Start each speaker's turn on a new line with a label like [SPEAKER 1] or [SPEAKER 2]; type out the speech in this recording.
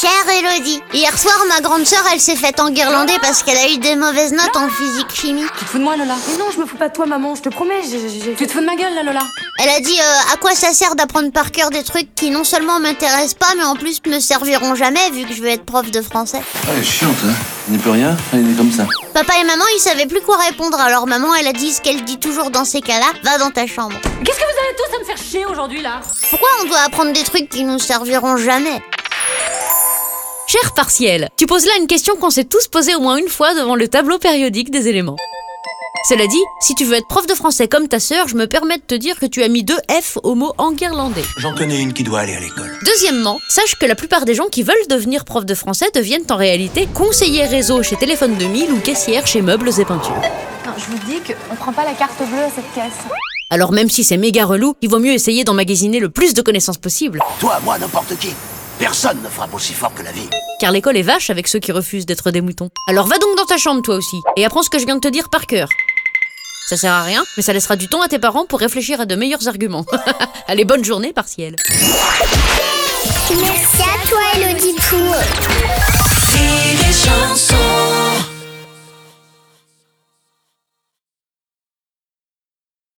[SPEAKER 1] Chère Elodie, hier soir ma grande sœur elle s'est faite enguirlander parce qu'elle a eu des mauvaises notes en physique chimie.
[SPEAKER 2] te fous de moi, Lola Mais non, je me fous pas de toi, maman, je te promets. j'ai- j'ai- j'ai- Tu te fous de ma gueule, là, Lola
[SPEAKER 1] Elle a dit euh, à quoi ça sert d'apprendre par cœur des trucs qui non seulement m'intéressent pas mais en plus me serviront jamais vu que je vais être prof de français.
[SPEAKER 3] Ah, Elle est chiante, hein. Elle n'est plus rien, elle est comme ça.
[SPEAKER 1] Papa et maman ils savaient plus quoi répondre alors maman elle a dit ce qu'elle dit toujours dans ces cas-là, va dans ta chambre.
[SPEAKER 2] Qu'est-ce que vous allez tous à me faire chier aujourd'hui, là
[SPEAKER 1] Pourquoi on doit apprendre des trucs qui nous serviront jamais
[SPEAKER 4] Cher partiel, tu poses là une question qu'on s'est tous posée au moins une fois devant le tableau périodique des éléments. Cela dit, si tu veux être prof de français comme ta sœur, je me permets de te dire que tu as mis deux F au mot enguirlandais.
[SPEAKER 5] J'en connais une qui doit aller à l'école.
[SPEAKER 4] Deuxièmement, sache que la plupart des gens qui veulent devenir prof de français deviennent en réalité conseillers réseau chez Téléphone 2000 ou caissière chez Meubles et Peintures.
[SPEAKER 6] Non, je vous dis qu'on prend pas la carte bleue à cette caisse.
[SPEAKER 4] Alors même si c'est méga relou, il vaut mieux essayer d'emmagasiner le plus de connaissances possible.
[SPEAKER 7] Toi, moi, n'importe qui. Personne ne frappe aussi fort que la vie.
[SPEAKER 4] Car l'école est vache avec ceux qui refusent d'être des moutons. Alors va donc dans ta chambre toi aussi, et apprends ce que je viens de te dire par cœur. Ça sert à rien, mais ça laissera du temps à tes parents pour réfléchir à de meilleurs arguments. Allez, bonne journée, partielle.
[SPEAKER 8] Merci à toi, Élodie Pou.
[SPEAKER 9] et les chansons.